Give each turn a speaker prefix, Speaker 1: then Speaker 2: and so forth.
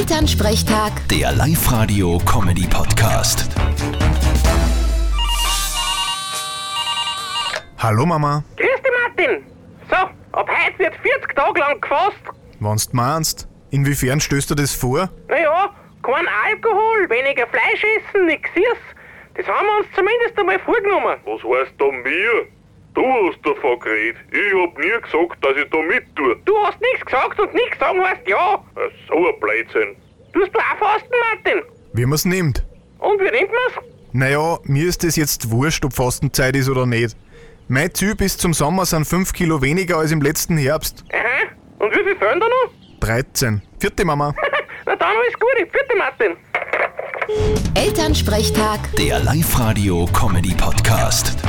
Speaker 1: Elternsprechtag,
Speaker 2: Der Live-Radio-Comedy-Podcast.
Speaker 3: Hallo Mama,
Speaker 4: Grüß dich, Martin. So, ab heute wird 40 Tage lang gefasst.
Speaker 3: wann's du meinst, inwiefern stößt dir das vor?
Speaker 4: Naja, kein Alkohol, weniger Fleisch essen, nix süß. Das haben wir uns zumindest einmal vorgenommen.
Speaker 5: Was heißt da mir? Du hast davon geredet. Ich hab nie gesagt, dass ich da mit tue.
Speaker 4: Du hast nichts gesagt und nichts sagen heißt ja.
Speaker 5: So ein Blödsinn.
Speaker 4: Tust du auch fasten, Martin?
Speaker 3: Wie man's nimmt?
Speaker 4: Und wie nennt man's?
Speaker 3: Naja, mir ist das jetzt wurscht, ob Fastenzeit ist oder nicht. Mein Ziel bis zum Sommer sind 5 Kilo weniger als im letzten Herbst.
Speaker 4: Aha. Und wie viel fehlen da noch?
Speaker 3: 13. Vierte Mama.
Speaker 4: Na dann alles Gute. Vierte, Martin.
Speaker 1: Elternsprechtag.
Speaker 2: Der Live-Radio-Comedy-Podcast.